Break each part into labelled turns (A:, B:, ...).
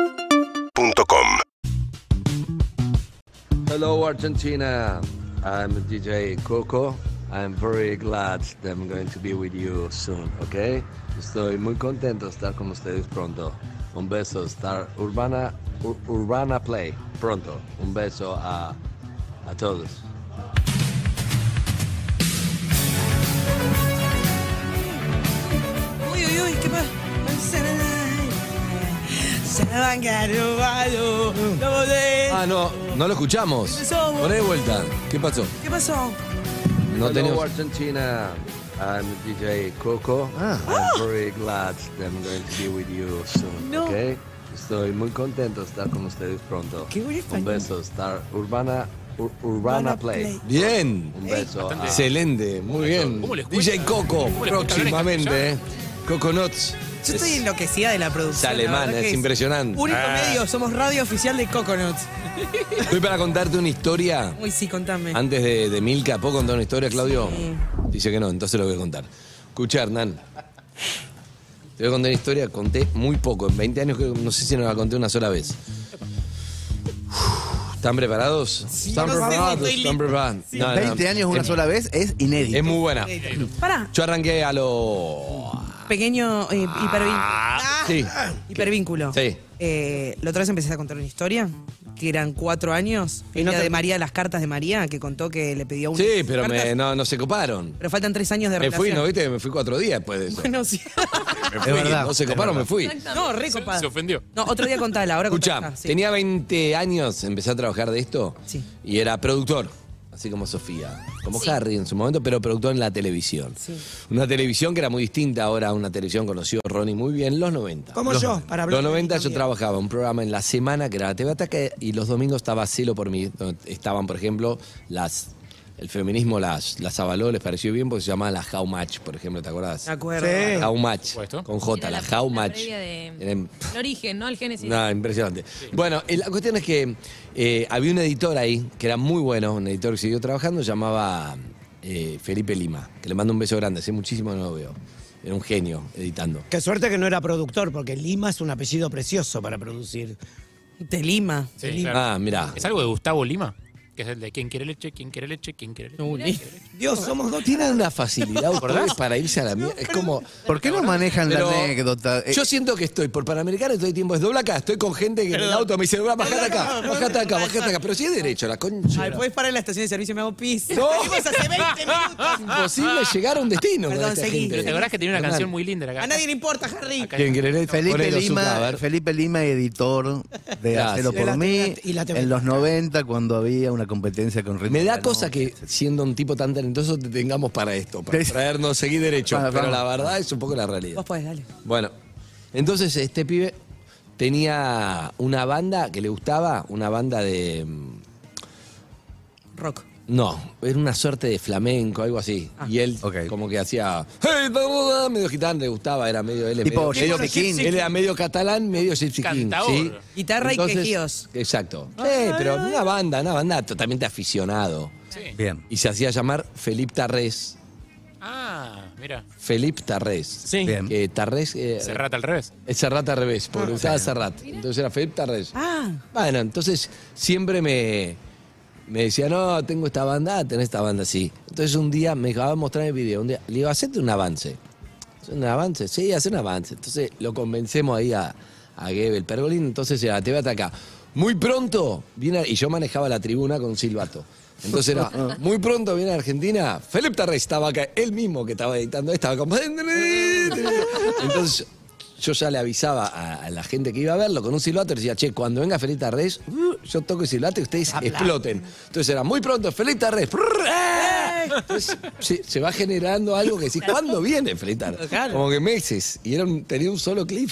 A: UrbanaPlayFM.com
B: Hello, Argentina. I'm DJ Coco. I'm very glad that I'm going to be with you soon, okay? Estoy muy contento de estar con ustedes pronto. Un beso, estar Urbana, Ur- Urbana Play pronto. Un beso a, a todos.
C: Uy, uy, uy, ¿qué pasa? Se van a robar los poderes.
D: Mm. Ah, no, no lo escuchamos.
C: Empezamos.
D: Poné de vuelta. ¿Qué pasó?
C: ¿Qué pasó?
D: No
B: Hello,
D: tenemos.
B: Argentina. I'm DJ Coco.
D: Ah.
B: I'm very glad that I'm going to be with you soon,
C: No.
B: okay? Estoy muy contento de estar con ustedes pronto.
C: Qué buen
B: Un
C: español.
B: beso, estar Urbana, Ur- Urbana,
C: Urbana
B: Play.
C: Play.
D: Bien.
B: Un beso a-
D: Excelente, muy bien.
E: ¿Cómo le escucha?
D: DJ Coco,
E: ¿Cómo le escucha hablar en
D: próximamente. ¿eh? Coco Nuts.
C: Yo estoy
D: Es-
C: enloquecida de la producción.
D: Es
C: la
D: alemana,
C: verdad que
D: es impresionante. Ah.
C: Único medio, somos radio oficial de Coconuts.
D: Estoy para contarte una historia.
C: Uy, sí, contame.
D: Antes de, de Milka, ¿puedo contar una historia, Claudio?
C: Sí.
D: Dice que no, entonces lo voy a contar. Escucha, Hernán. Te voy a contar una historia, conté muy poco. En 20 años, creo- no sé si nos la conté una sola vez. Uf, ¿Están preparados? ¿Están
C: no sé si
D: preparados?
C: estoy
D: ¿Están
C: lista.
D: preparados? No, no,
F: 20 años una sola vez es inédito.
D: Es muy buena.
C: Pará,
D: Yo arranqué a lo...
C: pequeño eh, hipervínculo. Ah,
D: Sí.
C: Hipervínculo.
D: Ah, Sí.
C: Eh, la otra vez empecé a contar una historia que eran cuatro años.
F: Y no
C: la
F: te-
C: de María, las cartas de María, que contó que le pidió una.
D: Sí, pero me-
C: cartas,
D: no, no se coparon.
C: Pero faltan tres años de
D: Me
C: relación.
D: fui, ¿no viste? Me fui cuatro días después de eso.
C: Bueno, sí.
D: Me
F: Es
D: fui,
F: verdad,
D: no se
F: es
D: coparon, me
F: verdad.
D: fui.
C: No, re
E: Se-
C: copada.
E: Se ofendió.
C: No, otro día contala, ahora
D: Escucha,
C: contala, sí.
D: tenía 20 años, empecé a trabajar de esto
C: Sí.
D: y era productor, así como Sofía, como Harry en su momento, pero productor en la televisión.
C: Sí.
D: Una televisión que era muy distinta ahora a una televisión conocida Ronnie muy bien, los 90.
C: Como
D: Los-
C: yo, para hablar de
D: Los
C: mí
D: 90 yo
C: también.
D: trabajaba un programa en la semana que era TV Ataque y los domingos estaba Celo por mí. donde Estaban, por ejemplo, las... El feminismo las, las avaló, les pareció bien porque se llamaba la How Match, por ejemplo, ¿te acordás?
C: De acuerdo.
F: Sí.
D: How Match,
E: supuesto.
D: con J,
G: Era
D: la,
G: la
D: How Match.
G: previa de-
D: Era-
G: El origen, ¿no? El génesis.
D: no, impresionante. Bueno, eh, la cuestión es que eh, había un editor ahí, que era muy bueno, un editor que siguió trabajando, llamaba eh, Felipe Lima, que le mando un beso grande, hace muchísimo que no lo veo. Era un genio editando.
H: Qué suerte que no era productor, porque Lima es un apellido precioso para producir.
C: De Lima.
E: Sí,
H: Lima.
E: claro.
D: Ah, mirá.
E: ¿Es algo de Gustavo Lima? Que es el de quién quiere leche, quién quiere leche, quién quiere leche.
H: Dios, somos dos.
D: Tiene una facilidad ustedes para irse a la mierda. Es como.
F: ¿Por qué no manejan
D: Pero
F: la anécdota? Eh,
D: Yo siento que estoy por Panamericano y todo el tiempo es dobla acá. Estoy con gente que en el auto me dice, "Dobla, bajate acá, bajate acá, bajate acá. Pero si es derecho, la concha.
E: pues.
C: Ay, puedes parar en la estación de servicio y me hago pis.
D: No.
C: Salimos hace 20 minutos.
D: Imposible llegar a un destino. con
C: Perdón,
D: esta
C: seguí.
D: gente.
E: Pero te acordás que tenía una
D: Hernán.
E: canción muy linda la
C: A nadie le importa, Harry.
E: Acá-
D: ¿Quién quiere leer?
F: Felipe,
D: Ponelo, Zucca, a
F: Lima,
D: ver.
F: Felipe Lima, editor de
D: Gracias.
F: Hacelo
H: De
F: por
H: la-
F: mí,
H: y la- y la-
F: en los 90 cuando había una competencia con Ritmo
D: Me
F: de
D: da
F: la
D: cosa
F: Noche.
D: que siendo un tipo tan talentoso te tengamos para esto, para
F: Te-
D: traernos seguir derecho.
F: Para-
D: pero
F: para-
D: la verdad es un poco la realidad.
C: Vos podés, dale.
D: Bueno, entonces este pibe tenía una banda que le gustaba, una banda de... mm,
C: Rock.
D: No, era una suerte de flamenco, algo así. y él
F: Ah. Ok.
D: como que hacía... "Hey, da, da, da", medio gitano, le gustaba, era medio... Él, es
F: Tipo
D: medio- medio,
F: Gypsy King.
D: él era medio catalán, medio gypsy king.
E: Cantaor.
D: ¿sí?
C: Guitarra y
D: Entonces-
C: quejíos.
D: Exacto. Sí, pero una banda, una banda totalmente aficionado.
E: Sí.
F: Bien.
D: Y se hacía llamar Felipe Tarrés.
E: Ah, mira.
D: Felipe Tarrés. Sí.
F: Bien.
D: Que Tarrés. eh,
E: Se rata al revés.
D: es Serrat al revés, porque usaba Serrat. Entonces era Felipe Tarrés.
C: Ah.
D: Bueno, entonces siempre me, me decía, no, tengo esta banda, ah, tenés esta banda, sí. Entonces un día me dejaba mostrar el video. Un día, le digo, hacete un avance. ¿Hacer un avance? Sí, hace un avance. Entonces lo convencemos ahí a, a Gebel Pergolín. Entonces era, te voy a atacar. Muy pronto viene, y yo manejaba la tribuna con un silbato. Entonces era, muy pronto viene a Argentina, Felipe Tarrés estaba acá, él mismo que estaba editando, estaba como... Entonces yo ya le avisaba a, a la gente que iba a verlo con un silbato y decía, che, cuando venga Felipe Tarrés, uh, yo toco el silbato y ustedes exploten. Entonces era muy pronto, Felipe Tarrés. brr, ¡eh! Entonces se, se va generando algo que decís, ¿cuándo viene Felipe Tarrés? Como que meses. Y era un- tenía un solo clip.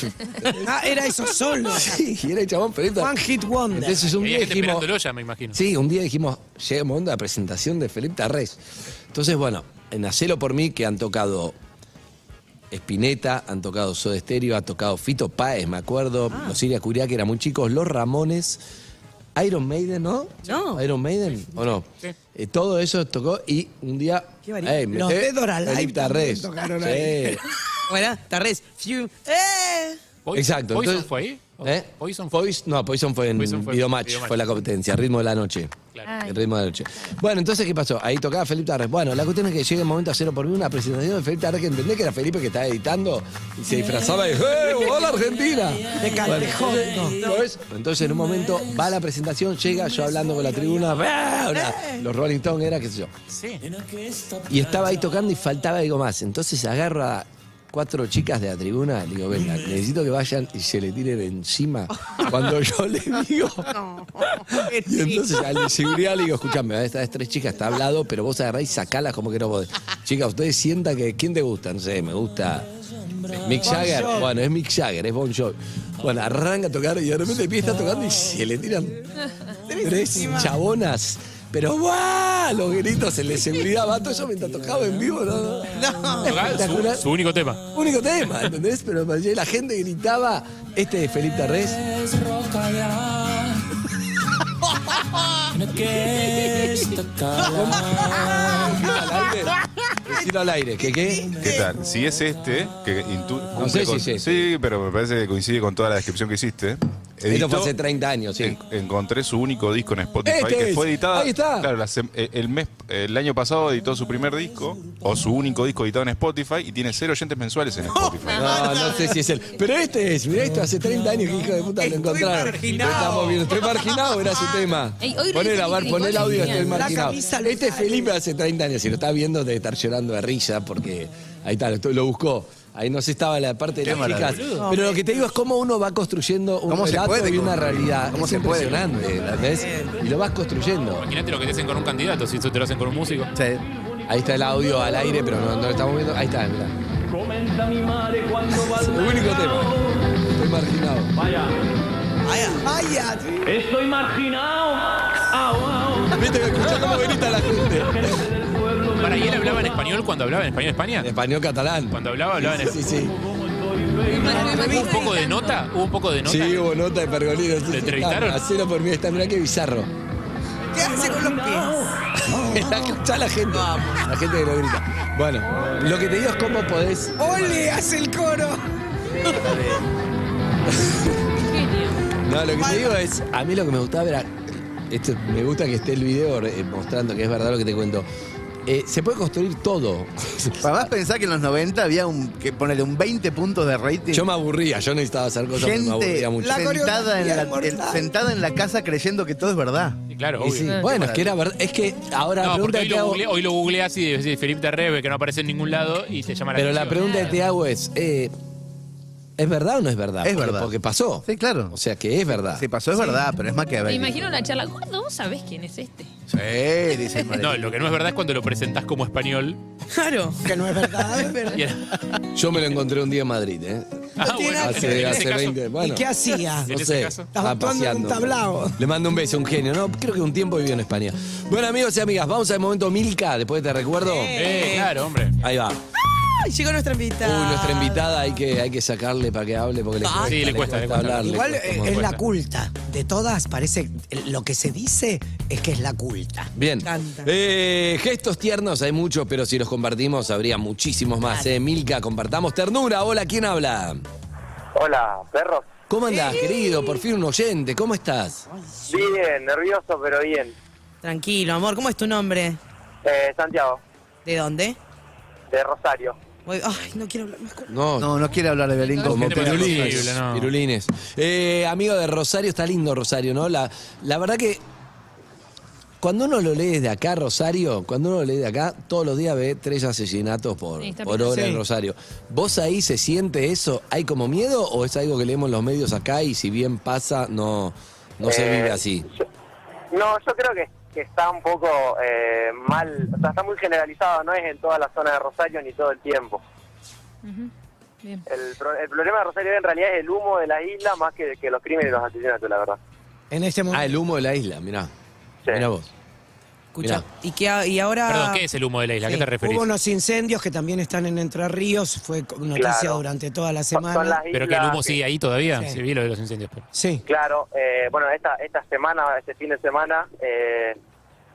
H: Ah, era eso solo.
D: Sí, y era el chabón Felipe Tarrés.
H: One hit wonder.
D: Entonces un
E: Había
D: día
E: gente
D: dijimos,
E: mirándolo ya, me imagino.
D: Sí, un día dijimos, llega el momento de la presentación de Felipe Tarrés. Entonces, bueno, en Hacelo por mí, que han tocado Spinetta, han tocado Soda Stereo, ha tocado Fito Páez, me acuerdo, Osiria Curiá, que eran muy chicos, Los Ramones, Iron Maiden, ¿no?
C: No.
D: Iron Maiden, ¿o no?
E: Sí.
D: Eh, todo eso tocó y un día... eh,
C: Qué variedad.
D: me
H: Los
D: sé,
H: Dead or Alive
D: Felipe Tarrés.
H: también tocaron
D: Sí.
H: ahí.
C: Bueno, Tarrés. Fiu. ¡Eh!
E: Poison-
D: Exacto.
E: Poison
D: entonces-
E: fue ahí. ¿O-
D: ¿Eh?
E: Poison fue.
D: Pois- no, Poison fue en
E: Poison fue-
D: Videomatch,
E: Videomatch.
D: fue la competencia, ritmo de la noche.
E: Claro.
D: El ritmo de la noche. Bueno, entonces, ¿qué pasó? Ahí tocaba Felipe Tarres. Bueno, la cuestión es que llega el momento a cero por mí, una presentación de Felipe Tarres que entendés que era Felipe que estaba editando y se disfrazaba de ¡Eh, ¡Hola Argentina!
H: De Callejón,
D: Bueno, entonces, entonces, en un momento va la presentación, llega yo hablando con la tribuna, ¡ah!
H: Eh.
D: Una- los Rolling Stones era, qué sé yo.
E: Sí.
D: Y estaba ahí tocando y faltaba algo más. Entonces agarro a cuatro chicas de la tribuna, le digo, venga, necesito que vayan y se le tiren encima. Cuando yo le digo. Y entonces al seguridad le digo, escuchame, estas tres chicas está hablado, pero vos agarrá y sacalas como que no podés. Chicas, ustedes sientan que. ¿Quién te gusta? No sé, me gusta. Mick Jagger. Bueno, es Mick Jagger, es Bon Jovi. Bueno, arranca a tocar y de repente el pie está tocando y se le tiran tres chabonas. Pero ¡guau! Los gritos en la seguridad, va todo eso mientras tocaba en vivo, ¿no? No,
E: Su, su único tema.
D: Único tema, ¿entendés? Pero me parecía que la gente gritaba, este es Felipe Tarrés. Decirlo al aire, ¿qué qué?
A: ¿Qué tal? Si es este, que intu- cumple
D: sé si
A: con-
D: es este.
A: Sí, pero me parece que coincide con toda la descripción que hiciste.
D: Esto fue
A: Editó-
D: hace 30 años, sí.
A: en- encontré su único disco en Spotify
D: Este
A: que
D: es.
A: fue editado.
D: Ahí está.
A: Claro, la sem- eh, el mes, el año pasado editó su primer disco o su único disco editado en Spotify y tiene cero oyentes mensuales en Spotify.
D: No, no sé si es él. Pero este es, mirá esto, hace 30 años que hijo de puta lo
C: Estoy
D: encontraron.
C: marginado. Ah.
D: Lo Estamos viendo, estoy marginado, era su tema.
G: Ey, hoy lo
D: Poné
G: hice
D: a ver,
G: Nicky
D: poné el
G: Nicole,
D: audio, estoy
G: genial.
D: marginado.
C: La camisa lo
D: Este es
C: sale.
D: Felipe hace 30 años, si lo está viendo debe estar llorando de risa porque ahí está, lo, lo buscó. Ahí no se estaba la parte de
F: Qué
D: las chicas.
F: maravilla.
D: Pero lo que te digo es cómo uno va construyendo un
F: ¿Cómo se
D: relato
F: puede
D: y una
F: construir?
D: realidad.
F: ¿Cómo
D: es
F: se puede
D: impresionante, ¿entendés? Y lo vas construyendo.
E: Imagínate lo que te hacen con un candidato, si eso te lo hacen con un músico.
F: Sí.
D: Ahí está el audio al aire, pero no, no lo estamos viendo. Ahí está, mirá. El único tema. Estoy marginado.
C: Vaya, vaya. sí.
I: Estoy marginado.
D: Viste que escuchá cómo grita la gente.
E: Para, ¿y él hablaba en español cuando hablaba en español en España?
D: En español catalán.
E: Cuando hablaba, hablaba en
D: Sí,
E: español.
D: sí.
E: ¿Hubo un poco de nota? ¿Hubo un poco de nota?
D: Sí, hubo nota de pergolino. Sí, sí, está.
E: entrevistaron?
D: Hacelo por mí, está. Mirá qué bizarro.
C: ¿Qué hace con los pies?
D: La escuchá la gente. La gente que lo grita. Bueno, lo que te digo es cómo podés.
C: ¡Ole! Hace el coro.
D: No, lo que te digo es. A mí lo que me gustaba era. esto- me gusta que esté el video eh, mostrando que es verdad lo que te cuento. Eh, se puede construir todo.
F: Papás pensar que en los 90 había un, que ponerle un 20 puntos de rating.
D: Yo me aburría, yo necesitaba hacer cosas que me
F: gente
D: aburría mucho.
C: La
F: sentada, en
C: coreografía
F: la,
C: mortal.
F: el- sentada en la casa creyendo que todo es verdad.
E: Sí, Claro,
D: Y
E: obvio.
D: sí, Bueno, es que era verdad. Es que ahora la
E: No, porque
D: pregunta
E: hoy
D: que te
E: lo,
D: hago.
E: googleé- hoy lo googleás y decís Felipe Tarrebe, que no aparece en ningún lado, y te llama la
D: Pero la
E: atención.
D: pregunta que te hago es, eh, ¿es verdad o no es verdad?
F: Es
D: Porque-
F: verdad.
D: Porque pasó.
F: Sí, claro.
D: O sea que es verdad.
F: Se pasó, es verdad, pero es más que
G: Me imagino una charla. Gordo, vos sabés quién es este.
F: Sí, dice el
E: No,
F: marido.
E: lo que no es verdad es cuando lo presentás como español.
C: Claro.
H: que no es verdad, es verdad.
E: Y era-
D: Yo me lo encontré un día en Madrid, ¿eh?
E: Ah,
C: tiene
E: bueno,
C: nada que ver.
D: Hace,
E: en
D: hace
E: ese caso,
D: 20, bueno.
H: ¿Y qué hacía?
E: En
D: No
E: ese
D: sé,
E: caso.
H: Estaba
D: estaba
H: actuando en un
D: paseando.
H: tablao.
D: Le mando un beso, un genio, ¿no? Creo que un tiempo vivió en España. Bueno, amigos y amigas, vamos al momento Milka, después te recuerdo.
E: Eh, claro, hombre.
D: Ahí va.
C: Ay, llegó nuestra invitada.
D: Uy, nuestra invitada hay que, hay que sacarle para que hable porque le
E: Ah,
D: cuesta,
E: sí, le cuesta, le cuesta.
D: hablar, le
H: Igual
D: cuesta
H: eh,
D: un
H: es
D: montón.
H: la culta. De todas, parece. Lo que se dice es que es la culta.
D: Bien.
C: encanta.
D: Eh, gestos tiernos hay muchos, pero si los compartimos habría muchísimos más. ¿eh? Milka, compartamos ternura. Hola, ¿quién habla?
J: Hola, perros.
D: ¿Cómo andás, querido? Por fin un oyente. ¿Cómo estás?
J: Bien, nervioso, pero bien.
C: Tranquilo, amor. ¿Cómo es tu nombre?
J: Eh, Santiago,
C: ¿De dónde?
J: de Rosario.
C: Voy- Ay, no quiero hablar más con...
D: No,
F: No, no quiere hablar de Belín con
D: como
E: gente más
D: pirulines.
E: sensible, no.
D: pirulines. Eh, amigo de Rosario, está lindo Rosario, ¿no? La, la verdad que cuando uno lo lee desde acá, Rosario, cuando uno lo lee de acá, todos los días ve tres asesinatos por,
G: Sí, está
D: por
G: picante.
D: hora en
H: Sí.
D: Rosario. ¿Vos ahí se siente eso? ¿Hay como miedo o es algo que leemos en los medios acá y si bien pasa, no, no se
J: Eh,
D: vive así?
J: yo- no, yo creo que, que está un poco eh, mal, o sea, está muy generalizado, no es en toda la zona de Rosario ni todo el tiempo.
G: Bien.
J: El, pro- el problema de Rosario en realidad es el humo de la isla más que, que los crímenes y los asesinatos, la verdad.
H: En este
D: Ah,
H: momento.
D: el humo de la isla, mirá.
J: Sí.
D: Mirá vos.
C: Escucha,
D: Mirá.
C: ¿y, qué, ha- y ahora...?
E: Perdón, ¿qué es el humo de la isla? ¿A qué te referís?
H: Hubo unos incendios que también están en Entre Ríos. Fue noticia
J: Claro.
H: durante toda la
J: Son- son
H: semana.
J: las
E: Pero que el
J: islas
E: humo sigue ahí todavía.
H: Sí.
E: Sí, vi lo de los incendios. pero-
H: Sí.
J: Claro, eh, bueno, esta, esta semana, este fin de semana, eh,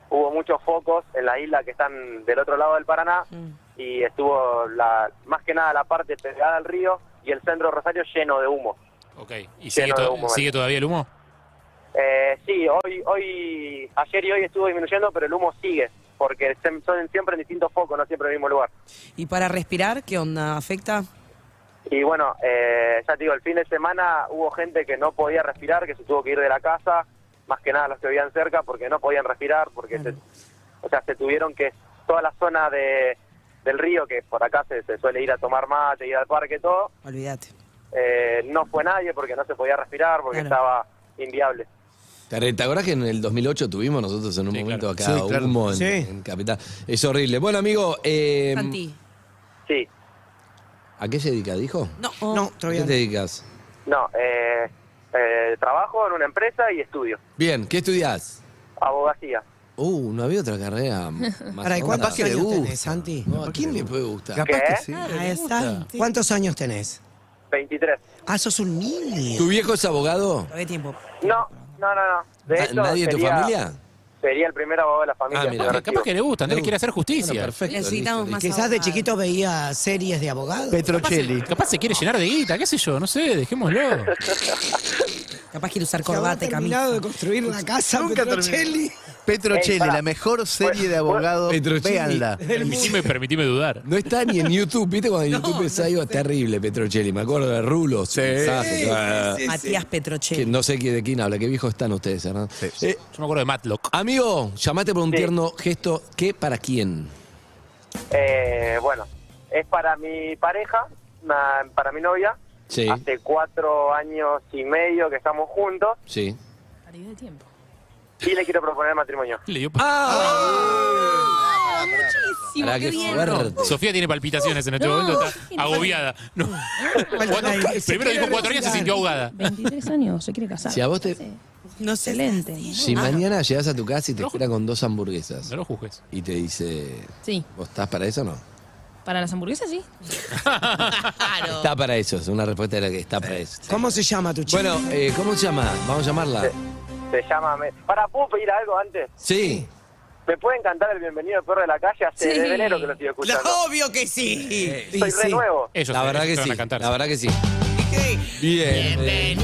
J: hubo muchos focos en las islas que están del otro lado del Paraná
C: Mm.
J: y estuvo la, más que nada la parte pegada al río y el centro de Rosario lleno de humo.
E: Ok. ¿Y sigue,
J: Lleno de
E: to-
J: humo,
E: sigue todavía el humo?
J: Eh, sí, hoy, hoy, ayer y hoy estuvo disminuyendo, pero el humo sigue, porque se- son siempre en distintos focos, no siempre en el mismo lugar.
C: ¿Y para respirar, qué onda? ¿Afecta?
J: Y bueno, eh, ya te digo, el fin de semana hubo gente que no podía respirar, que se tuvo que ir de la casa, más que nada los que vivían cerca, porque no podían respirar, porque
C: Claro.
J: se, o sea, se tuvieron que toda la zona de, del río, que por acá se, se suele ir a tomar mate, ir al parque, todo,
C: Olvídate.
J: eh, no fue nadie porque no se podía respirar, porque
C: Claro.
J: estaba inviable.
B: ¿Te re- te acordás que en el 2008 tuvimos nosotros en un
E: Sí,
B: momento
F: claro.
B: acá
F: Sí, claro.
B: humo en,
D: Sí.
B: en Capital? Es horrible. Bueno, amigo, eh,
E: Em,
C: Santi.
J: Sí,
B: ¿a qué se dedica, dijo?
C: No, oh.
D: No,
B: ¿A
D: todavía
B: qué
D: no.
B: te dedicas?
J: no, eh, eh, trabajo en una empresa y estudio,
B: Bien, ¿qué estudias?
J: abogacía.
B: Uh, no había otra carrera más
D: Pará, ¿y
B: honda?
D: ¿Cuántos
F: que le
D: años
F: gusta.
D: tenés, Santi?
B: No, ¿A quién le puede gustar?
F: Capaz que
J: ¿Qué?
F: sí.
C: Ah, es Santi.
D: ¿Cuántos años tenés?
J: 23.
D: Ah, sos un niño.
B: ¿Tu viejo es abogado?
C: Todavía hay tiempo.
J: No, no, no, no. De
B: Na-
J: hecho,
B: ¿Nadie de tu
J: sería-
B: familia?
J: Sería el primer abogado de la familia.
B: Ah, mira,
J: pero
E: Capaz
J: recibo.
E: que le gusta, no le quiere hacer justicia.
B: Bueno,
H: Eh,
B: perfecto.
C: Necesitamos
B: listo,
C: más
B: listo.
D: Quizás de
C: abogados.
D: chiquito veía series de abogados.
E: Capaz se,
F: Petrocelli.
E: capaz se quiere llenar de guita, qué sé yo, no sé, dejémoslo.
C: Capaz quiere usar
D: Se habrá
C: corbata y camisa.
D: terminado de construir la casa.
F: Nunca
D: Petrocelli.
F: Petrocelli,
J: Ey, pará.
F: la mejor serie de abogados.
B: Petrocelli.
F: Véanla.
E: permitime, permitime dudar.
B: No está ni en YouTube, ¿viste? Cuando en YouTube es algo terrible, Petrocelli. Me acuerdo de Rulos. mensajes, ah,
C: Matías Petroche.
B: que no sé qué- de quién habla, qué viejo están ustedes, ¿no? Eh,
E: Yo me acuerdo de Matlock.
B: amigo, llamate por un
J: Sí.
B: tierno gesto. ¿Qué para quién?
J: Eh, bueno, es para mi pareja, na- para mi novia.
B: Sí,
J: Hace cuatro años y medio que estamos juntos
B: sí.
G: Arriba de tiempo.
J: y le quiero proponer matrimonio.
E: Le dio
G: ¡Ah, muchísimo!
B: Pará,
G: ¡Qué
B: qué
G: bien!
B: fuerte.
E: Sofía tiene palpitaciones en este
G: No,
E: momento,
G: no,
E: está agobiada. No. Cuatro-
D: ay, se
E: primero dijo cuatro años y se sintió ahogada.
G: 23 años, se quiere casar.
B: Si a vos te-
C: No sé.
G: Excelente.
C: Ah.
B: Si mañana llegas a tu casa y te
E: No.
B: espera con dos hamburguesas
E: No lo juzgues.
B: y te dice,
G: Sí,
B: ¿vos estás para eso o no?
G: para las hamburguesas sí.
B: Está para eso, es una respuesta de la que está para eso.
D: ¿Cómo se llama tu chico?
B: Bueno, eh, ¿cómo se llama? Vamos a
J: Eh,
B: llamarla.
J: Se llama... me- Para, ¿puedo pedir algo antes?
B: Sí.
J: ¿Me pueden cantar el Bienvenido al Perro de la Calle? Hace
G: Sí.
J: desde enero que lo estoy escuchando.
C: Obvio que sí.
D: Y
J: Soy re
D: sí.
J: nuevo.
E: Ellos
B: la verdad que
E: ellos te
B: sí.
E: van a cantar.
B: La verdad que sí. Bien.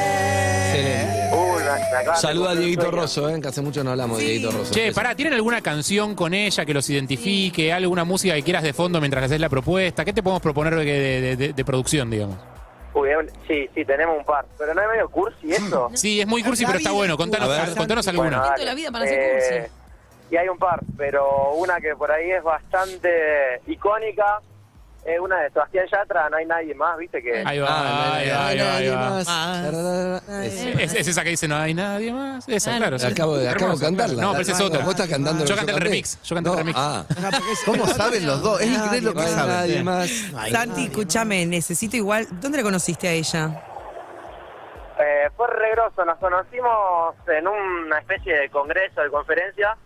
B: Excelente.
J: Uy, me- me acaban de
B: Saluda a
J: cumplir
B: Dieguito
J: un sueño.
B: Rosso, ¿eh? que hace mucho no hablamos de Dieguito Rosso.
E: Che, pará, ¿tienen alguna canción con ella que los identifique? ¿Alguna música que quieras de fondo mientras haces la propuesta? ¿Qué te podemos proponer de, de- de- de producción, digamos?
J: Uy, eh, sí, sí, tenemos un par. Pero no es medio cursi eso.
E: Sí, es muy cursi,
D: La
E: pero está
D: vida
E: bueno.
D: es cursi.
E: Contanos,
B: A ver.
E: contanos
J: Bueno,
E: alguna.
G: Momento
J: dale. Eh,
G: de la vida para ser cursi.
J: Y hay un par, pero una que por ahí es bastante icónica es una de Sebastián Yatra, no hay nadie más, viste que...
E: Ahí va,
B: Ah,
E: ahí
B: no,
E: va, ahí
B: no,
E: va, ahí
B: nadie
E: va.
B: más. Tararara. Es-
G: Nadie
E: Es, es esa que dice, no hay nadie más. Esa,
G: Claro.
E: claro. sí.
B: Acabo de, acabo de
E: Hermosa,
B: cantarla.
E: No, pero esa es otra.
B: Vos estás cantando. lo
E: Yo
B: que
E: canté el
B: canté.
E: remix, yo canté el
B: No,
E: remix.
B: Ah.
F: ¿Cómo saben los dos? Es increíble lo
B: No
F: que
B: hay nadie
F: saben.
B: más.
C: Santi, escúchame, necesito igual. ¿Dónde la conociste a ella?
J: Eh, fue regroso, nos conocimos en una especie de congreso, de conferencia.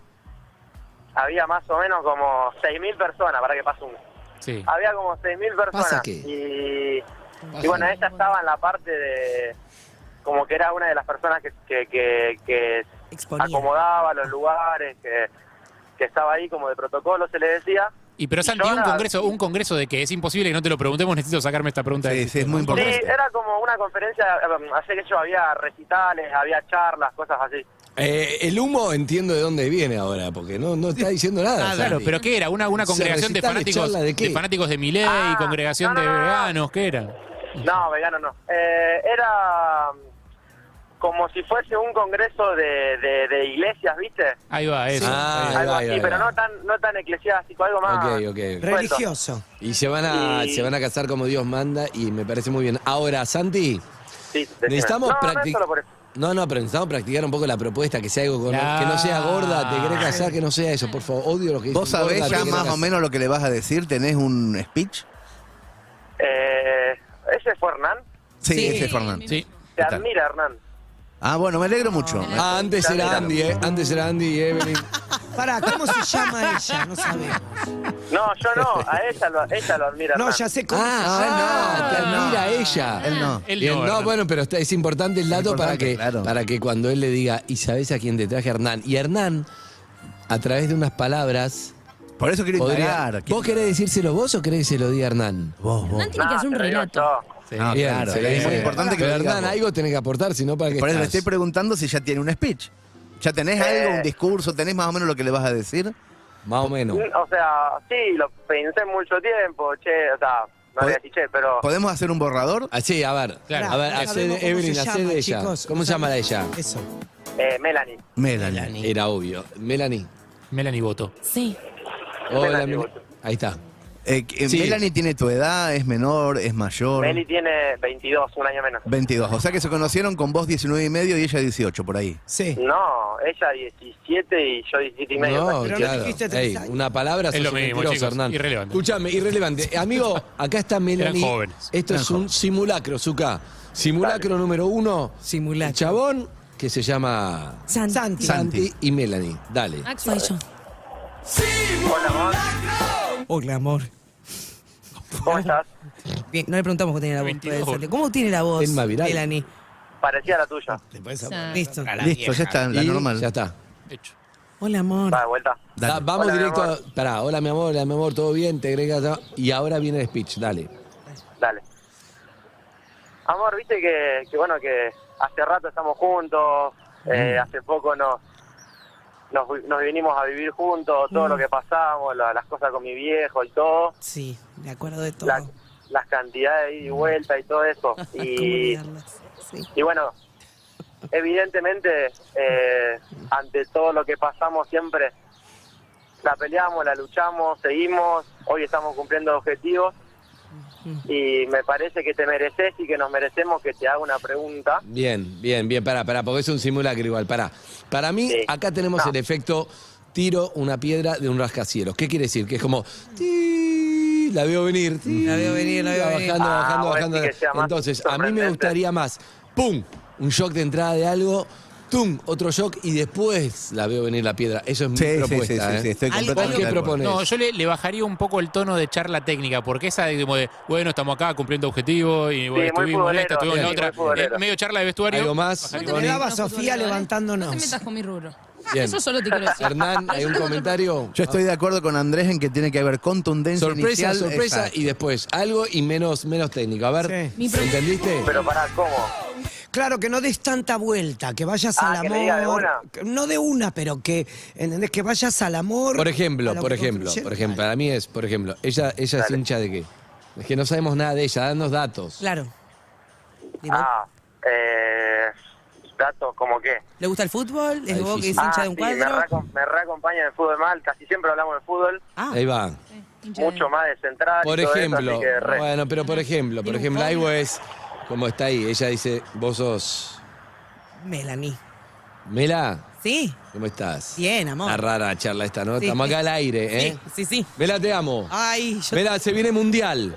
J: Había más o menos como 6.000 personas, para que pase un...
E: Sí.
J: Había como 6.000
B: ¿Pasa
J: personas.
B: qué?
J: Y,
B: Pasa
J: y bueno, ella estaba en la parte de... Como que era una de las personas que, que, que, que Ah,
C: Exponía.
J: acomodaba los lugares, que, que estaba ahí como de protocolo, se le decía.
E: Y pero
J: Y
E: Santi,
J: yo
E: un
J: nada.
E: congreso, un congreso de que es imposible que no te lo preguntemos, necesito sacarme esta pregunta.
F: Sí,
E: de
F: sí, es muy
J: Sí,
F: importante.
J: era como una conferencia, eh, hace que yo había recitales, había charlas, cosas así.
B: Eh, el humo entiendo de dónde viene ahora, porque no, no está diciendo nada.
E: Ah, claro,
B: Santi.
E: pero ¿qué era? ¿Una, una
B: O sea,
E: congregación de
B: recitales,
E: fanáticos
B: charla, ¿de
E: de,
B: qué?
E: fanáticos de Milei,
J: Ah,
E: congregación
J: no,
E: de
J: no, no, no.
E: veganos? ¿Qué era?
J: No, vegano no. Eh, era mm, como si fuese un congreso de, de- de iglesias, ¿viste?
E: Ahí va, eso.
B: Ah,
E: Ahí va.
B: ahí
J: Algo
B: va, ahí
J: así,
B: va, ahí
J: pero
B: va.
J: no tan, no tan eclesiástico, algo más.
B: Ok, ok, ok.
J: suelto.
D: Religioso.
B: Y se van, a,
J: Y-
B: se van a casar como Dios manda y me parece muy bien. Ahora, Santi,
J: Sí, decime.
B: necesitamos
J: no, no es
B: practicar...
J: solo por eso.
B: No, no, pero necesitamos practicar un poco la propuesta, que sea algo con- que no sea gorda, te querés casar, que no sea eso, por favor, odio lo que
F: ¿Vos
B: dicen
F: sabés
B: gorda, te
F: ya
B: querés
F: más o
B: casar.
F: menos lo que le vas a decir? ¿Tenés un speech?
J: Eh, ese fue Hernán.
F: Sí,
C: Sí.
F: ese es Fernando.
E: Sí.
J: Te
F: tal?
J: admira, Hernán.
F: Ah, bueno, me alegro mucho.
B: Ah, antes era Andy, eh, antes era Andy y Evelyn.
D: Pará, ¿cómo se llama ella? No sabemos.
J: No, yo no, a ella lo, ella lo admira.
D: No,
J: Hernán.
D: ya sé cómo
B: Ah, ah,
D: se
B: te
D: llama.
B: admira ella.
F: Él no.
E: Él
B: Bien,
E: no,
B: no,
E: Hernán.
B: bueno, pero está- es importante el dato para,
F: importante,
B: que,
F: claro.
B: para que cuando él le diga, ¿y sabés a quién te traje Hernán? Y Hernán
D: a través de unas palabras.
F: Por eso quiero
D: podría-
F: indagar.
D: ¿Vos querés decírselo vos o querés que se lo diga Hernán?
F: Vos, vos.
G: Hernán tiene que hacer un
J: te lo digo
G: relato.
J: yo.
F: Ah,
D: Bien,
F: claro,
D: se lo
F: es
D: dice.
F: muy importante que lo
D: Pero
F: digas
D: Hernán,
F: vos.
D: algo tenés que aportar, si no, ¿para qué
F: Por eso le
D: estás?
F: estoy preguntando si ya tiene un speech. ¿Ya
J: Eh.
F: tenés algo, un discurso? ¿Tenés más o menos lo que le vas a decir?
D: Más o menos.
J: O sea, sí, lo pensé mucho tiempo, che, o sea, no le
F: Pod-
J: voy a decir che, pero
F: ¿Podemos hacer un borrador?
D: Así, Ah, a ver.
E: Claro.
D: A ver, hacé de- Evelyn, hacé de ella. ¿Cómo se llama la ella?
H: Eso.
J: eh, Melanie.
F: Melanie.
D: Era obvio. Melanie.
E: Melanie Boto.
G: Sí.
D: Hola,
J: Melanie.
D: Mel- Ahí está.
F: Eh, que-
D: Sí.
F: Melanie tiene tu edad, es menor, es mayor.
J: Meli tiene 22, un año menos.
F: 22. O sea que se conocieron con vos 19 y medio y ella 18, por ahí.
H: Sí.
J: No, ella 17 y yo 17 y medio. o sea,
D: No,
H: Pero no
D: claro.
H: dijiste tres
D: Ey,
H: años.
D: una palabra
E: Es
D: sos
E: lo
D: un
E: mismo,
D: mentiroso,
E: chicos,
D: Hernán.
E: irrelevante.
D: Escuchame, irrelevante. Eh, Amigo, acá está Melanie.
E: jóvenes.
D: Esto es un simulacro, Zuka. Simulacro número uno.
H: Simulacro.
D: El chabón que se llama
C: Santi.
H: Santi.
D: Santi y Melanie. Dale.
G: Axel. Soy yo.
J: Hola, amor,
C: Hola, amor.
J: ¿cómo estás?
C: Bien, no le preguntamos cómo tiene la voz.
E: 22.
C: pero Santi, ¿Cómo tiene la voz,
D: Telma Viral.
C: Melanie?
J: Parecía la tuya.
G: Santi.
C: Listo.
F: Listo, ya está, la
D: Y
F: normal.
D: Ya está.
E: De hecho.
C: Hola, amor.
J: Va, de vuelta.
D: Da- vamos
J: Hola, mi
D: directo
J: amor.
D: a. Pará, hola mi amor, hola mi amor, todo bien, te agregas. Y ahora viene el speech, dale.
J: Dale. Amor, viste que, que bueno, que hace rato estamos juntos, eh, hace poco nos, nos, vi- nos vinimos a vivir juntos, todo lo que pasamos, la- las cosas con mi viejo y todo,
C: Mm. Sí, me acuerdo de todo.
J: la- las cantidades de ida y vuelta y todo eso.
C: ¿Cómo
J: Y,
C: olvidarlas? Sí.
J: y bueno, evidentemente, eh, ante todo lo que pasamos siempre, la peleamos, la luchamos, seguimos, hoy estamos cumpliendo objetivos y me parece que te mereces y que nos merecemos que te haga una pregunta.
D: Bien, bien, bien, pará, pará, porque es un simulacro igual, pará. Para mí,
J: Sí.
D: acá tenemos
J: No.
D: el efecto tiro una piedra de un rascacielos. ¿Qué quiere decir? Que es como. "Ti", La veo venir. "Ti",
C: La veo venir, la veo
D: va
C: venir.
D: Bajando,
J: Ah,
D: bajando,
J: vos
D: bajando.
J: decís que sea más
D: Entonces, a mí me
J: sorprendente.
D: gustaría más. ¡Pum! Un shock de entrada de algo. ¡Tum! Otro shock y después la veo venir la piedra. Eso es mi
F: Sí, sí,
D: propuesta.
F: sí, sí,
D: ¿eh?
F: sí, estoy
C: Algo-
F: completamente
D: ¿Qué
F: de acuerdo.
D: propones?
E: No, yo le, le bajaría un poco el tono de charla técnica, porque esa de, como de, bueno, estamos acá cumpliendo objetivos y bueno,
J: muy
E: estuvimos en
J: futbolero,
E: esta, estuvimos en la
J: sí,
E: otra.
J: muy futbolero.
E: Eh, medio charla de vestuario.
D: ¿Algo más? No
E: Bajaría
D: te
E: un
H: Me
D: Bonnie.
H: daba
G: No,
H: Sofía
G: futbolero, ¿eh? No
H: levantándonos.
G: te metas con mi rubro.
D: Bien.
G: Eso solo te quiero decir.
D: Hernán, ¿hay un comentario?
F: Yo estoy de acuerdo con Andrés en que tiene que haber contundencia
D: Sorpresa,
F: inicial.
D: sorpresa
F: Exacto.
D: y después algo y menos, menos técnico. A ver,
H: Sí.
G: Mi pro-
D: ¿entendiste?
J: Pero para, ¿cómo?
H: Claro, que no des tanta vuelta, que vayas
J: Ah,
H: al amor.
J: que le diga de una.
H: que- No de una, pero que, ¿entendés? Que vayas al amor.
D: Por
H: a
D: ejemplo,
H: lo
D: por
H: que
D: ejemplo,
H: construyen.
D: por ejemplo, para mí es, por ejemplo, ella, ella es
J: Dale.
D: hincha de qué? Es que no sabemos nada de ella, danos datos.
C: Claro. Dime,
J: Ah, eh, datos como qué.
C: ¿Le gusta el fútbol?
D: Ay,
C: ¿Es vos que es
D: difícil.
J: Ah,
C: hincha de
J: sí,
C: un
J: me,
C: cuadro?
J: reacom- me reacompaña en el fútbol mal, casi siempre hablamos de fútbol,
C: Ah,
D: Ahí va.
G: Hincha de-
J: mucho más de central. y
D: Por
J: todo eso,
D: ejemplo,
J: así que re.
D: bueno, pero por ejemplo, por
G: Tiene un
D: ejemplo, algo
G: fondo.
D: es como está ahí. Ella dice, vos sos
C: Melanie.
D: Mela,
C: Sí,
D: ¿cómo estás?
C: bien, amor.
D: Una rara charla esta, ¿no?
C: Sí.
D: Estamos acá al aire, ¿eh?
C: Sí, sí, sí.
D: Mela, te amo.
C: Ay, yo...
D: Mira, se viene mundial.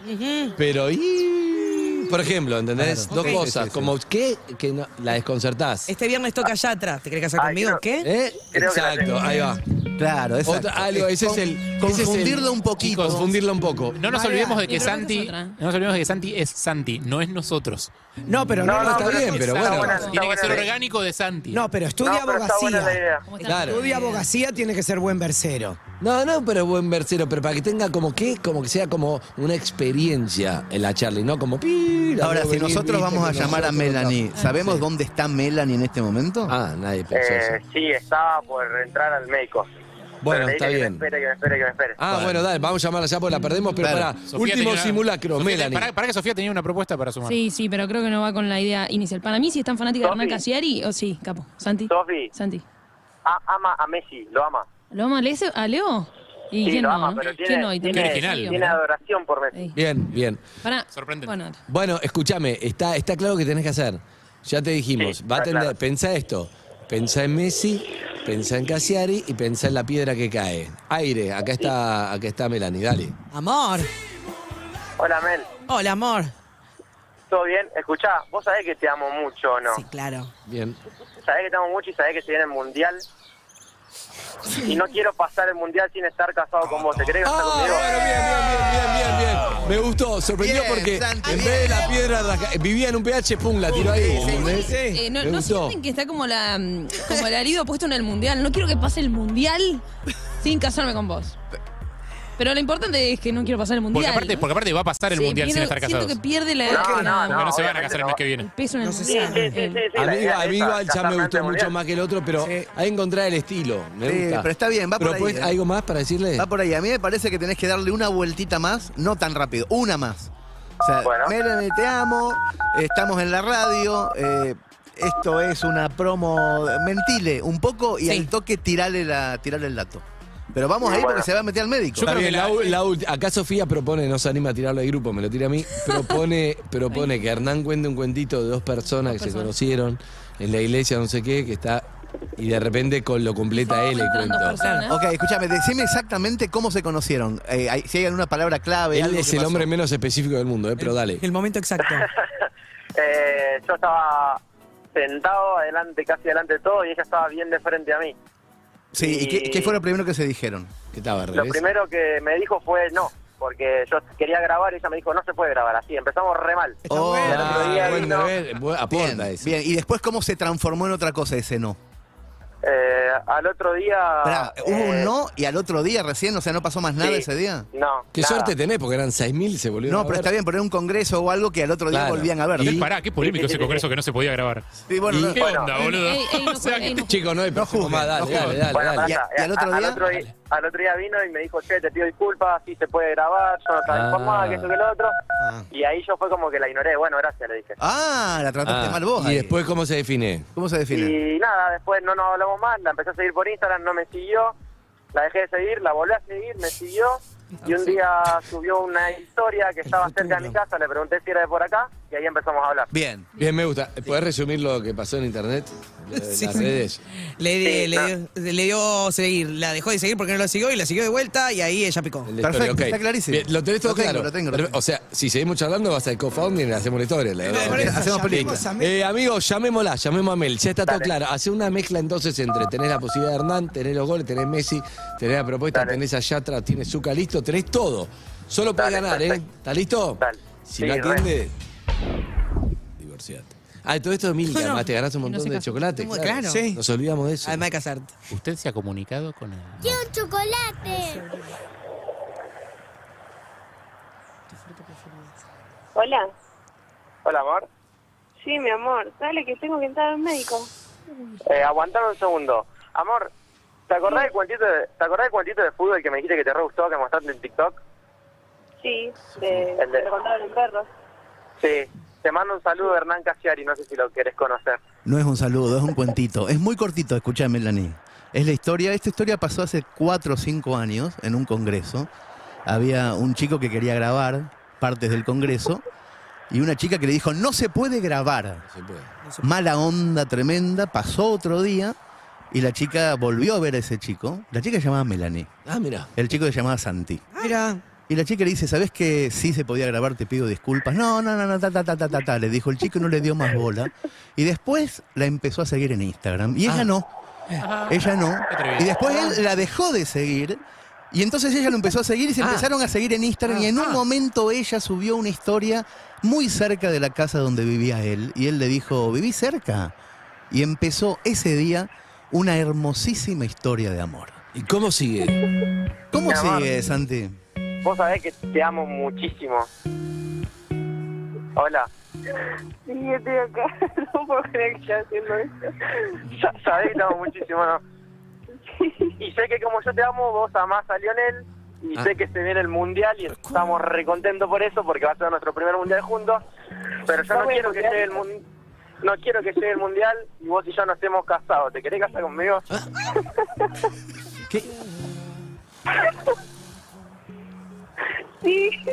D: Pero y por ejemplo, ¿entendés? Dos
C: Ok.
D: cosas, como ¿qué? que no- la desconcertás.
C: Este viernes toca Yatra. ¿Te querés casar
J: Ay,
C: conmigo?
J: creo-
C: ¿Qué?
D: ¿Eh?
J: Creo que la
D: Exacto,
J: tengo.
D: ahí va.
F: Claro, exacto.
D: Otra- algo, ese es el ese es el-
F: Confundirlo un poquito.
D: Confundirlo un poco.
E: No nos olvidemos de
G: Mi
E: que
G: pregunta es
E: Santi,
G: otra.
E: no nos olvidemos de que Santi es Santi, no es nosotros.
H: No, pero no,
J: No,
H: lo
J: no,
H: está
J: pero
H: bien.
D: bien, pero
J: está
D: bueno.
J: buena, está
E: Tiene que
J: buena
E: ser
J: la idea.
E: orgánico de Santi.
H: No, pero estudia
J: No, pero está buena la
H: abogacía.
J: idea.
G: ¿Cómo estás?
D: Claro.
H: Estudia abogacía, tiene que ser buen versero.
D: No, no, pero buen versero, pero para que tenga como que, como que sea como una experiencia en la charla y no como pi, la
F: Ahora,
D: veo
F: si
D: venir,
F: nosotros
D: viste,
F: vamos a
D: que
F: llamar a
D: nosotros-
F: Melanie, ¿sabemos dónde está Melanie en este momento?
D: Ah, nadie pensó
J: Eh,
D: eso.
J: sí, estaba por entrar al médico.
D: Bueno,
J: Pero le dije
D: está
J: que
D: bien.
J: me espere, que me espere, que me espere.
D: Ah, bueno, dale, vamos a llamarla ya porque la perdemos, pero
F: Claro.
D: para
E: Sofía tenía
D: último
E: una-
D: simulacro,
E: Sofía te-
D: Melanie.
E: Pará, pará que Sofía tenía una propuesta para sumar.
G: Sí, sí, pero creo que no va con la idea inicial. Para mí, si es tan fanática de
J: Sofi.
G: Hernán Cassiari, o sí, capo. Santi.
J: Sofi,
G: Santi.
J: a- ama a Messi, lo ama.
G: ¿Lo ama a Leo? ¿A Leo? ¿Y
J: Sí,
G: quién
J: lo
G: no?
J: ama,
G: no?
J: pero tiene,
G: ¿Quién no? Y
J: tiene,
G: también
E: original.
G: Leo.
J: tiene adoración por Messi.
G: Ey.
D: Bien, bien.
G: Pará.
E: Sorprendente.
G: Bueno,
D: Bueno, escúchame, está, está claro que tenés que hacer. Ya te dijimos,
J: Sí,
D: va a
J: está
D: tener,
J: claro.
D: pensá esto, pensá en Messi, pensá en Cassiari y pensá en la piedra que cae. Aire, acá está, acá está Melanie, dale.
C: Amor.
J: Hola, Mel.
C: Hola, amor.
J: ¿Todo bien? Escuchá, vos sabés que te amo mucho, ¿o ¿no?
C: Sí, claro.
D: Bien.
J: Sabés que te amo mucho y sabés que se viene el Mundial. Y no quiero pasar el Mundial sin estar casado con vos. ¿Te querés casar
D: Ah,
J: conmigo?
D: bueno, bien, bien, bien, bien, bien, bien. Me gustó, sorprendió
F: Bien,
D: porque
F: Santi,
D: en
F: bien.
D: vez de la piedra rasca- vivía en un pH, pum, la tiró ahí. ¿entendés?
G: Eh, no,
D: Me
G: ¿no
D: gustó.
G: sienten que está como la mm, como el alivio puesto en el mundial. No quiero que pase el mundial sin casarme con vos. Pero lo importante es que no quiero pasar el mundial.
E: Porque aparte,
G: ¿no?
E: porque aparte va a pasar el
G: Sí,
E: mundial sin
G: pierdo-
E: estar
G: siento
E: casados.
G: que pierde la,
J: No, no,
E: Porque no se van a
J: obviamente
E: casar el
J: no.
E: mes que viene.
G: el peso en el
C: No se
J: Sí,
G: mundial. Eh,
J: sí, sí, sí, sí,
D: A
J: la
D: mí,
J: idea
D: a
J: es
D: mí
J: esa,
D: igual ya me
J: casarme
D: gustó
J: antes del
D: mucho
J: mundial.
D: más que el otro, pero
C: Sí.
D: hay que encontrar el estilo. Me
F: Sí,
D: gusta. pues
F: pero está bien, va por ahí,
D: Propon-
F: eh.
D: ¿Algo más para decirle?
F: Va por ahí. A mí me parece que tenés que darle una vueltita más, no tan rápido, una más. O sea,
J: Bueno.
F: Melanie, te amo, estamos en la radio, eh, esto es una promo, mentile un poco y
C: Sí.
F: al toque tirale, la, tirale el dato. Pero vamos ahí porque
J: Bueno.
F: se va a meter al médico.
E: Yo
D: Está
E: creo
D: bien,
E: que
D: la
E: la-
D: u- la ulti- acá Sofía propone, no se anima a tirarlo del grupo, me lo tira a mí, propone, propone que Hernán cuente un cuentito de dos personas que
G: personas.
D: se conocieron en la iglesia, no sé qué, que está... Y de repente con lo completa él el
G: Entran dos
D: cuento.
G: personas.
F: Ok, escúchame, decime exactamente cómo se conocieron. Eh, hay- si hay alguna palabra clave.
D: Él
F: algo
D: es
F: que
D: el
F: pasó.
D: hombre menos específico del mundo, eh, pero dale.
C: El momento exacto.
J: Eh, yo estaba sentado adelante, casi adelante de todo, y ella estaba bien de frente a mí.
F: Sí, ¿y qué,
J: y-
F: qué fue lo primero que se dijeron?
D: ¿Qué estaba, al
J: Lo
D: revés?
J: primero que me dijo fue no, porque yo quería grabar y ella me dijo no se puede grabar así. Empezamos re mal.
F: Oh,
J: otro día
D: Ah,
J: ahí,
D: buen
J: ¿no?
D: revés, bu-
F: bien,
D: aporta eso.
F: bien. Y después, ¿cómo se transformó en otra cosa ese no?
J: Eh, al otro día.
F: Pará, hubo
J: eh,
F: un no y al otro día recién, o sea, no pasó más nada
J: Sí.
F: ese día.
J: No.
D: Qué
J: nada.
D: suerte tenés, porque eran 6.000, se volvieron
F: No,
D: a
F: pero
D: ver.
F: está bien, pero era un congreso o algo que al otro día
D: Claro.
F: volvían a ver.
D: Y-
E: Pará, qué polémico ese congreso que no se podía grabar.
F: Sí, bueno, no-
E: ¿Qué onda, boludo?
G: Ey, ey, no
E: O sea,
G: jueguen, ey, no
D: Chicos, no hay
F: No
D: problema,
F: juzguen,
D: dale,
F: no
D: dale,
F: juguen.
D: dale,
J: Bueno,
D: dale.
J: pará,
F: ¿Y a-
J: eh,
F: y al otro
J: a-
F: día?
J: al otro día vino y me dijo, che, te pido disculpas, sí se puede grabar, yo no estaba
D: Ah.
J: informada, que esto que lo otro.
F: Ah.
J: Y ahí yo fue como que la ignoré, bueno, gracias, le dije.
F: Ah, la trataste
D: Ah,
F: mal vos.
D: ¿Y
F: ahí.
D: después cómo se define?
F: ¿Cómo se define?
J: Y nada, después no nos hablamos más, la empecé a seguir por Instagram, no me siguió, la dejé de seguir, la volví a seguir, me siguió. Y un día subió una historia que estaba cerca de mi casa, le pregunté si era de por acá y ahí empezamos a hablar.
F: Bien.
D: Bien, me gusta. ¿Podés resumir lo que pasó en internet? Lo de
C: Sí,
D: las
C: sí.
D: redes.
C: Le, di-
J: Sí,
C: le, dio- le dio seguir, la dejó de seguir porque no lo siguió y la siguió de vuelta y ahí ella picó.
D: El de
F: Perfecto,
D: historia, ok.
F: está clarísimo.
D: Bien, lo tenés todo
F: Lo tengo,
D: claro.
F: lo tengo, lo tengo.
D: O sea, si seguimos charlando, vas al co-founding y le hacemos la historia. la-
C: Pero por
D: ok.
C: eso,
F: hacemos película.
C: llamemos a Mel.
D: Eh, amigos, llamémosla, llamemos a Mel. Ya está todo claro. Hace una mezcla entonces entre tenés la posibilidad de Hernán, tenés los goles, tenés Messi, tenés la propuesta,
J: Dale.
D: tenés a Yatra, tenés Zucca, listo, tenés todo. Solo podés
J: Dale,
D: ganar, ¿eh?
J: perfecto.
D: ¿Está listo?
J: Dale.
D: Si no
J: Sí, re.
D: atiende, divorciate. Ah, todo esto es mil,
C: Bueno,
D: además te ganás un montón
G: se
D: de
G: casa.
D: chocolate.
C: Bueno, claro. Sí.
D: Nos olvidamos de eso.
C: Además de casarte.
E: ¿Usted se ha comunicado con él?
I: Hola.
J: Hola, amor.
I: Sí, mi amor. Dale, que tengo que entrar al médico.
J: Eh, aguantame un segundo. Amor, ¿te acordás, del cuentito de, ¿te acordás del cuentito de fútbol que me dijiste que te re gustó, que me mostraste en TikTok?
I: Sí, de,
J: El de-
I: de contar en perros.
J: Sí. Te mando un saludo, Hernán Casiari, no sé si lo querés conocer.
F: No es un saludo, es un cuentito. Es muy cortito, escúchame, Melanie. Es la historia, esta historia pasó hace 4 o 5 años en un congreso. Había un chico que quería grabar partes del congreso y una chica que le dijo, no se puede grabar.
D: Se puede.
F: Mala onda tremenda, pasó otro día y la chica volvió a ver a ese chico. La chica se llamaba Melanie,
D: Ah, mira.
F: el chico se llamaba Santi.
C: Mira,
F: Y la chica le dice, ¿sabes que sí se podía grabar? Te pido disculpas. No, no, no, no, ta, ta, ta, ta, ta, ta. Le dijo el chico, y no le dio más bola. Y después la empezó a seguir en Instagram. Y ella
D: Ah.
F: no, ella no.
E: atrevida.
F: Y después él la dejó de seguir. Y entonces ella lo empezó a seguir y se
D: Ah.
F: empezaron a seguir en Instagram. Y en un momento ella subió una historia muy cerca de la casa donde vivía él. Y él le dijo, viví cerca. Y empezó ese día una hermosísima historia de amor.
D: ¿Y cómo sigue?
F: ¿Cómo
J: Mi amor.
F: sigue, Santi?
J: Vos sabés que te amo muchísimo. Hola.
I: Sí, yo estoy acá. No puedo creer que esté haciendo esto.
J: Sa- Sabés que te amo muchísimo, ¿no? Y sé que como yo te amo, vos amás a Lionel. Y
D: Ah.
J: sé que se viene el mundial y estamos recontentos por eso porque va a ser nuestro primer mundial juntos. Pero yo no
I: Vamos al
J: quiero que
I: mundial.
J: llegue el mundial. No quiero que llegue el mundial y vos y yo no estemos casados. ¿Te querés casar conmigo?
I: Sí.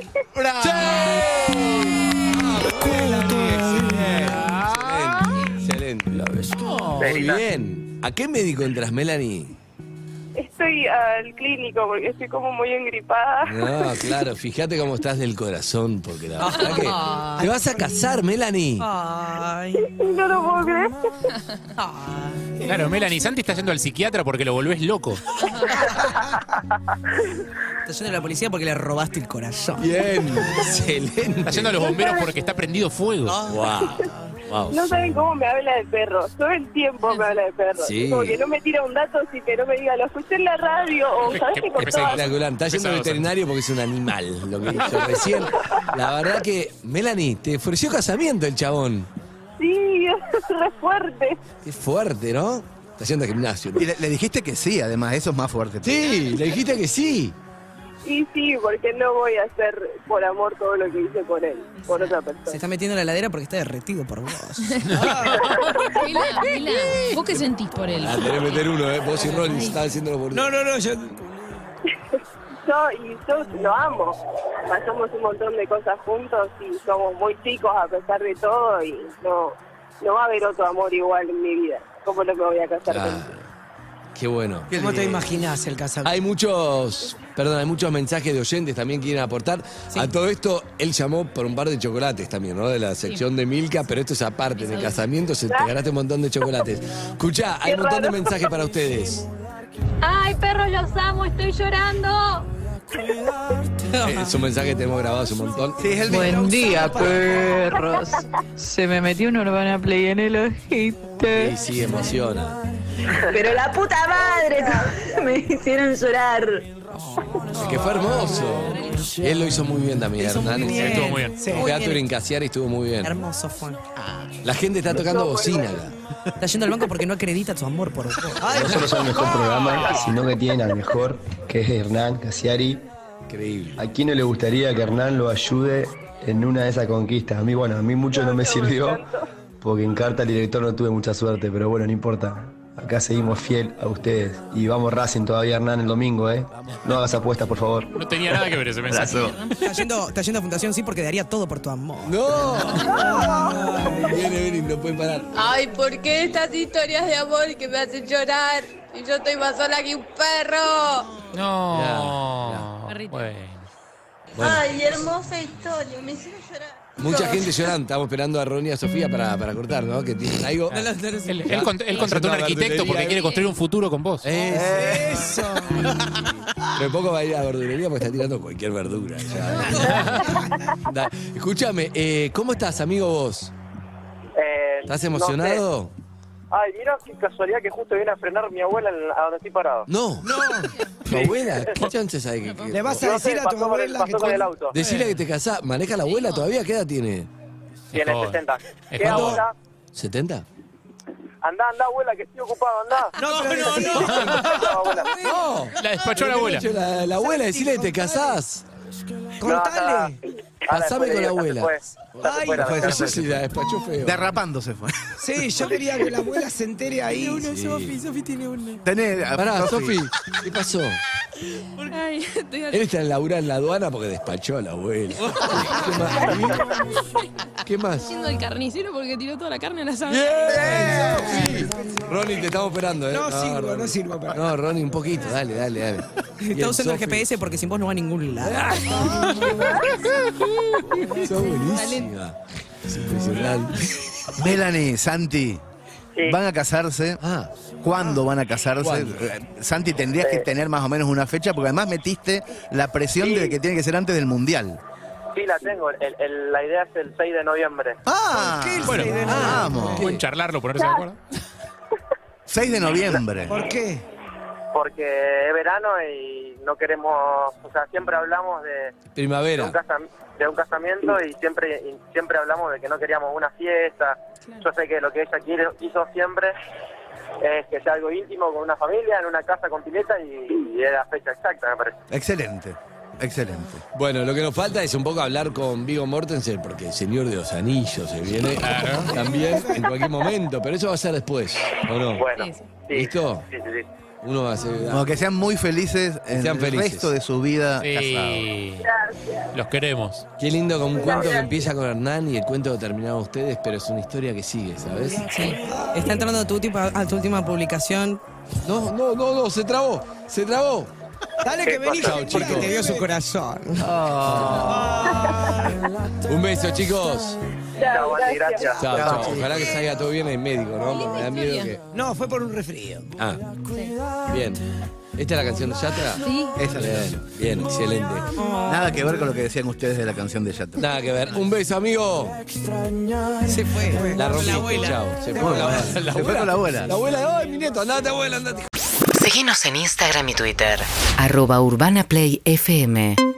D: Excelente. Excelente. Muy
J: Felicidades.
D: bien. ¿A qué médico entras, Melanie?
I: Estoy al clínico porque estoy como muy engripada.
D: No, claro, fíjate cómo estás del corazón, porque la verdad que
C: Ah.
D: te vas a casar, Melanie.
C: Ay.
I: No lo puedo creer.
C: Ay.
E: Claro, Melanie, Santi está yendo al psiquiatra porque lo volvés loco.
C: Está yendo a la policía porque le robaste el corazón.
B: Bien. Excelente.
E: Está yendo a los bomberos porque está prendido fuego.
B: Wow. Wow.
J: No saben cómo me habla de perro. Todo el tiempo me habla de perro.
B: Sí.
J: Como que no me tira un dato, así que no me diga, lo escuché en la radio o
E: Qué-
J: sabes
E: qué
J: que contó
E: pesado.
B: Espectacular. Está yendo al
E: Pesado,
B: veterinario porque es un animal, lo que hizo recién. La verdad que, Melanie, te ofreció casamiento el chabón.
J: Sí, es re fuerte.
B: Qué fuerte, ¿no? Está yendo al gimnasio. ¿no?
F: Y le, le dijiste que sí, además, eso es más fuerte.
B: Sí, le dijiste que sí.
J: Y sí, porque no voy a hacer por amor todo lo que hice con él, por otra
C: Se
J: persona.
C: está metiendo en la heladera porque está derretido por vos.
G: Mila, Mila, ¿vos qué sentís por él?
B: Ah, tenés que meter uno, ¿eh? Vos y Ronnie se estaban haciéndolo por
C: No, no, no, yo.
J: Yo y yo lo amo. Pasamos un montón de cosas juntos y somos muy chicos a pesar de todo y no, no va a haber otro amor igual en mi vida. ¿Cómo no me voy a casar con él?
B: Claro. Ah, Qué bueno.
K: ¿Cómo te imaginas el casamiento?
B: Hay muchos, perdón, hay muchos mensajes de oyentes también que quieren aportar. A todo esto, él llamó por un par de chocolates también, ¿no? De la sección de Milka, pero esto es aparte. En el casamiento se te ganaste un montón de chocolates. Escuchá, hay
J: Qué
B: un montón de
J: raro.
B: mensajes para ustedes.
G: Ay, perro, los amo, estoy llorando.
B: Eh, es un mensaje que tenemos grabado hace un montón.
L: Buen día, perros. Se me metió una urbana play en el ojito.
B: Y sí, emociona.
L: Pero la puta madre, me hicieron llorar.
B: Es que fue hermoso. Y él lo hizo muy bien también,
C: Hizo muy
B: Hernán.
C: bien.
E: Estuvo muy bien.
C: Sí.
B: El
C: Muy
B: teatro
C: bien.
B: Incasiar estuvo muy bien.
C: Hermoso fue.
B: La gente está tocando bocina acá.
C: Está yendo al banco porque no acredita tu amor por vos. Ay,
M: No solo son el mejor programa, sino que tienen al mejor, que es Hernán Casiari.
B: Increíble.
M: ¿A quién no le gustaría que Hernán lo ayude en una de esas conquistas? A mí, bueno, a mí mucho no me sirvió, porque en carta al director no tuve mucha suerte, pero bueno, no importa. Acá seguimos fiel a ustedes. Y vamos Racing todavía, Hernán, el domingo, ¿eh? No hagas apuestas, por favor.
E: No tenía nada que ver ese mensaje.
C: está, yendo, está yendo a Fundación sí porque daría todo por tu amor.
B: ¡No! Viene, viene, no puede parar.
L: Ay, ¿por qué estas historias de amor que me hacen llorar? Y yo estoy más sola que un perro.
E: No.
G: Perrito.
E: Bueno.
B: Bueno.
L: Ay, hermosa historia, me hicieron llorar.
B: Mucha gente llorando, estamos esperando a Ronnie y a Sofía para, para cortar, ¿no? Que tienen algo.
E: Él, él cont- él contrató un
B: Una
E: arquitecto porque
B: verdulería.
E: quiere construir un futuro con vos.
B: Eso. Pero poco va a ir a la verdulería porque está tirando cualquier verdura. ya. Da- Escúchame, eh, ¿cómo estás, amigo vos?
D: Eh,
B: ¿Estás
D: no
B: emocionado?
D: sé. Ay, mira qué casualidad que justo viene a frenar mi abuela en- a donde estoy parado.
B: No. No. ¿Tu abuela? ¿Qué chances hay? Que, que-
K: Le vas a
D: No sé,
K: decir a tu
D: pasó con el,
K: abuela que
D: pasó con el
K: cuando-
D: auto.
B: Decirle que te casás. ¿Maneja la abuela todavía? ¿Qué edad tiene?
D: Tiene
E: joven.
D: 60.
E: Es
D: ¿Qué
E: joven.
D: abuela?
B: ¿70?
D: Andá, andá, abuela, que estoy ocupado, andá.
C: No, pero no,
D: No, abuela.
B: No.
E: La despachó la
B: Pero
E: abuela.
B: te lo ha dicho La, la abuela, decirle que te casás.
C: Contale.
B: Pasame con la abuela.
D: Ay,
B: Fue- eso sí, la despachó feo.
F: Derrapando se fue.
K: Sí, yo quería que la abuela se entere ahí.
C: Sofi, Sofi tiene una.
F: Tenés, eh,
B: Pará,
F: Sofi.
B: Sofi, ¿qué pasó?
G: Ay, estoy
B: Él está en laura en la aduana porque despachó a la abuela. ¿Qué más? ¿Qué más?
G: haciendo el carnicero porque tiró toda la carne en la sala.
B: ¡Bien! Sofi. Ronnie, te estamos esperando, ¿eh?
K: No sirvo, no
B: Ronnie.
K: sirvo para-
B: No, Ronnie, un poquito, dale, dale, dale. Bien,
C: Está usando el
B: Sofi. Ah.
C: GPS porque sin vos no va a ningún lado.
B: Sos buenísima. Es impresionante.
F: Melanie, Santi. Van a casarse.
B: Ah,
F: ¿Cuándo van a casarse?
B: ¿Cuándo?
F: Eh, Santi, tendrías que tener más o menos una fecha, porque además metiste la presión de que tiene que ser antes del Mundial.
D: Sí, la tengo. El- el- la idea es el 6 de noviembre.
F: ¡Ah! bueno, vamos.
E: Pueden charlarlo, ponerse de acuerdo.
F: 6 de noviembre.
K: ¿Por qué?
D: Porque es verano y no queremos... O sea, siempre hablamos de, de un,
B: primavera.
D: casam- de un casamiento y siempre y siempre hablamos de que no queríamos una fiesta. Yo sé que lo que ella quiere, hizo siempre es que sea algo íntimo con una familia, en una casa con pileta y, y es la fecha exacta, me parece.
F: Excelente, excelente.
B: Bueno, lo que nos falta es un poco hablar con Vigo Mortensen, porque el señor de los anillos se viene también en cualquier momento, pero eso va a ser después, ¿o no?
D: Bueno,
G: Sí, sí.
D: sí.
B: ¿Listo?
D: Sí, sí, sí.
B: Uno va a ah, ser.
F: Como que sean muy felices en
B: sean felices.
F: el resto de su vida casados.
E: Sí. Los queremos.
B: Qué lindo como un cuento que empieza con Hernán y el cuento lo terminaron ustedes, pero es una historia que sigue, ¿sabes?
C: Sí. Está entrando tu última- a tu última publicación.
B: No, no, no, no, se trabó, se trabó.
K: Dale que venís, que te dio su corazón.
B: Un beso, chicos.
N: Chao, Andy, gracias.
B: Chao, chao. Ojalá que salga todo bien el médico, ¿no? Me da miedo que.
C: No, fue por un resfrío.
B: Ah, bien. ¿Esta es la canción de Yatra?
G: Sí.
F: Esa es la
B: Bien, bien, excelente.
F: Nada que ver con lo que decían ustedes de la canción de Yatra.
B: Nada que ver. Un beso, amigo.
O: Se fue.
B: La
O: La
B: rompiste,
O: abuela.
B: chao. Se fue
F: Bueno,
B: con la
F: se
B: abuela.
F: fue con la abuela.
B: La abuela, ay, mi nieto, andate, abuela, andate.
D: Seguinos en Instagram y Twitter.
P: Arroba Urbana Play FM.